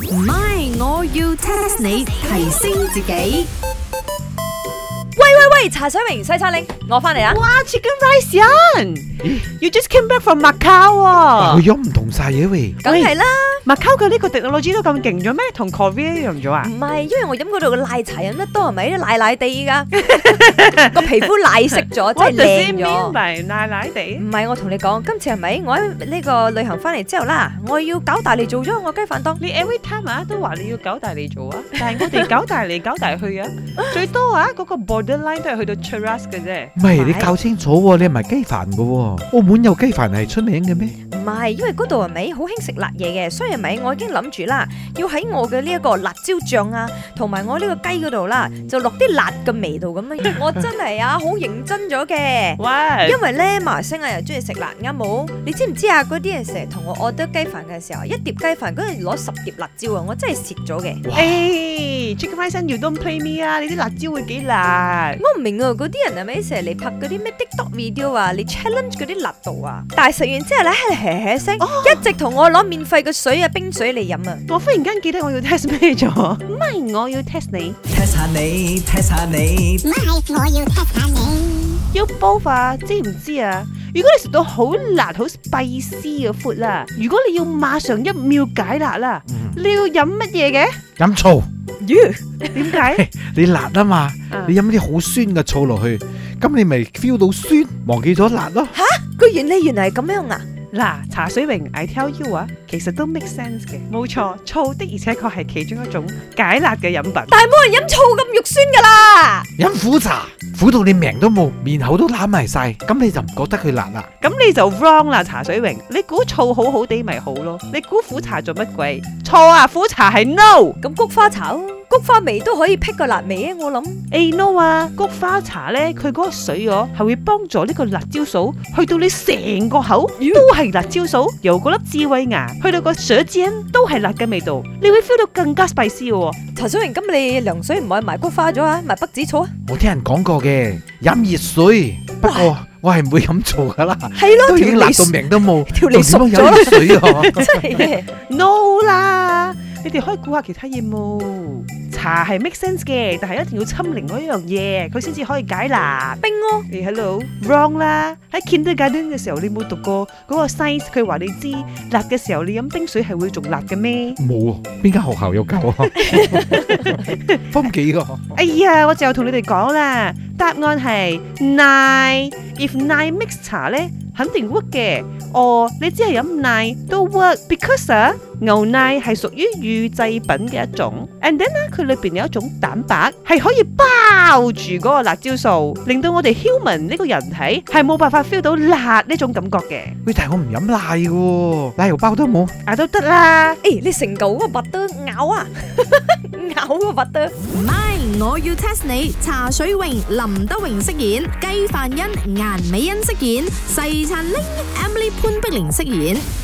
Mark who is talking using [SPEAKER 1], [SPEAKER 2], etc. [SPEAKER 1] 唔係，我要 test 你提升自己。
[SPEAKER 2] 喂喂喂，茶水榮西餐領，我翻嚟啦。啊
[SPEAKER 3] 哇，Chicken Rice 人，You just came back from Macau 啊
[SPEAKER 4] 但佢樣唔同晒嘢喂，
[SPEAKER 2] 梗係啦，
[SPEAKER 3] ！Macau 嘅呢個 technology 都咁勁咗咩？同 Korea à? 一樣咗啊
[SPEAKER 2] 唔？係，因為我飲嗰度嘅奶茶飲得多，係咪啲奶奶地 噶？個皮膚奶色咗，真係
[SPEAKER 3] What does it
[SPEAKER 2] 靚
[SPEAKER 3] mean
[SPEAKER 2] 咗。
[SPEAKER 3] by 奶奶地
[SPEAKER 2] 唔係，我同你講，今次係咪我喺呢個旅行翻嚟之後啦，我要搞大嚟做咗我雞飯檔。
[SPEAKER 3] 你 every time 啊都話你要搞大嚟做啊，但係我哋搞大嚟搞大去啊，最多啊嗰個 borderline 都係去到 Cheras 嘅啫。
[SPEAKER 4] 唔係你
[SPEAKER 2] 係
[SPEAKER 4] 搞清楚喎，你唔係雞飯嘅喎，澳門有雞飯係出名嘅咩？
[SPEAKER 2] 唔係，因為嗰度係咪好興食辣嘢嘅，所以係咪我已經諗住啦，要喺我嘅呢一個辣椒醬啊，同埋我呢個雞嗰度啦，就落啲辣嘅味道咁樣。我真係啊，好認真咗嘅。
[SPEAKER 3] 喂
[SPEAKER 2] 因為咧馬來西亞又中意食辣，啱冇？你知唔知啊？嗰啲人成日同我 order 雞飯嘅時候，一碟雞飯嗰陣攞十碟辣椒啊，我真係蝕咗嘅。
[SPEAKER 3] 誒，Chicken Rice you don't play me 啊！你啲辣椒會幾辣？
[SPEAKER 2] 我唔明啊，嗰啲人係咪成日嚟拍嗰啲咩 TikTok video 啊，嚟 challenge 嗰啲辣度啊？但係食完之後咧，係嗱嗱聲，一直同我攞免費嘅水啊、冰水嚟飲啊！
[SPEAKER 3] 我忽然間記得我要 test 咩咗？唔係，我要 test 你。
[SPEAKER 5] test 下你，test 下你
[SPEAKER 6] 我要 test 下你。
[SPEAKER 3] 要 both 啊，知唔知啊？如果你食到好辣、好 spicy 嘅 food 啦，如果你要馬上一秒解辣啦，
[SPEAKER 4] 嗯
[SPEAKER 3] 你要飲乜嘢
[SPEAKER 4] 飲醋，
[SPEAKER 3] 嘅？點解？
[SPEAKER 4] 你辣啊嘛，
[SPEAKER 3] 啊
[SPEAKER 4] 你飲啲好酸嘅醋落去，咁你咪 feel 到酸，忘記咗辣咯。
[SPEAKER 2] 居然你原來係咁樣啊！
[SPEAKER 3] 嗱，茶水榮，I tell you 啊，其實都 make sense 嘅，冇錯，醋的而且確係其中一種解辣嘅飲品。
[SPEAKER 2] 但係冇人飲醋咁肉酸㗎啦！
[SPEAKER 4] 飲苦茶，苦到你命都冇，面口都攬埋晒，咁你就唔覺得佢辣啦。
[SPEAKER 3] 咁你就 wrong 啦，茶水榮，你估醋好好地咪好咯？你估苦茶做乜鬼？錯啊，苦茶係 no。
[SPEAKER 2] 咁菊花茶咯，菊花味都可以辟個辣味啊！我諗。
[SPEAKER 3] A no 啊，菊花茶咧，佢嗰個水哦，係會幫助呢個辣椒素去到你成個口都係辣椒素，由嗰粒智慧牙去到個舌尖都係辣嘅味道，你會 feel 到更加 spicy 嘅喎。
[SPEAKER 2] 茶水榮，咁你涼水唔可以埋菊花咗啊，埋北子草啊？
[SPEAKER 4] 我聽人講過嘅，飲熱水，不過我係唔會飲醋噶啦，
[SPEAKER 2] 係咯，
[SPEAKER 4] 都已
[SPEAKER 2] 條
[SPEAKER 4] 經辣
[SPEAKER 2] 脷
[SPEAKER 4] 到命都冇，
[SPEAKER 2] 條脷
[SPEAKER 4] 仲點
[SPEAKER 2] 熟咗啦
[SPEAKER 4] 樣飲熱水啊？
[SPEAKER 2] 真 係嘅。
[SPEAKER 3] No 啦，你哋可以估下其他嘢冇？茶係 make sense 嘅，但係一定要侵另外一樣嘢，佢先至可以解辣。
[SPEAKER 2] 冰咯，
[SPEAKER 3] 誒 hello，wrong 啦！喺 kindergarten 嘅時候，你冇讀過嗰個 science，佢話你知辣嘅時候，你飲冰水係會仲辣嘅咩？
[SPEAKER 4] 冇啊，邊間學校有教啊？分幾個？
[SPEAKER 3] 哎呀，我就同你哋講啦，答案係奶。If 奶 mix 茶咧，肯定 work 嘅。哦，你只係飲奶都 work，because 啊，牛奶係屬於乳製品嘅一種，and then 咧佢裏邊有一種蛋白係可以包住嗰個辣椒素，令到我哋 human 呢個人體係冇辦法 feel 到辣呢種感覺嘅。
[SPEAKER 4] 喂，但係我唔飲奶嘅喎，奶油包都冇。
[SPEAKER 3] 啊都得啦。
[SPEAKER 2] 誒、你成嚿嗰個白得咬啊， 咬個白得。
[SPEAKER 1] 唔係，我要 test 你。茶水榮、林德榮飾演，雞飯欣、顏美欣飾演，細陳玲、Emily 潘碧玲飾演。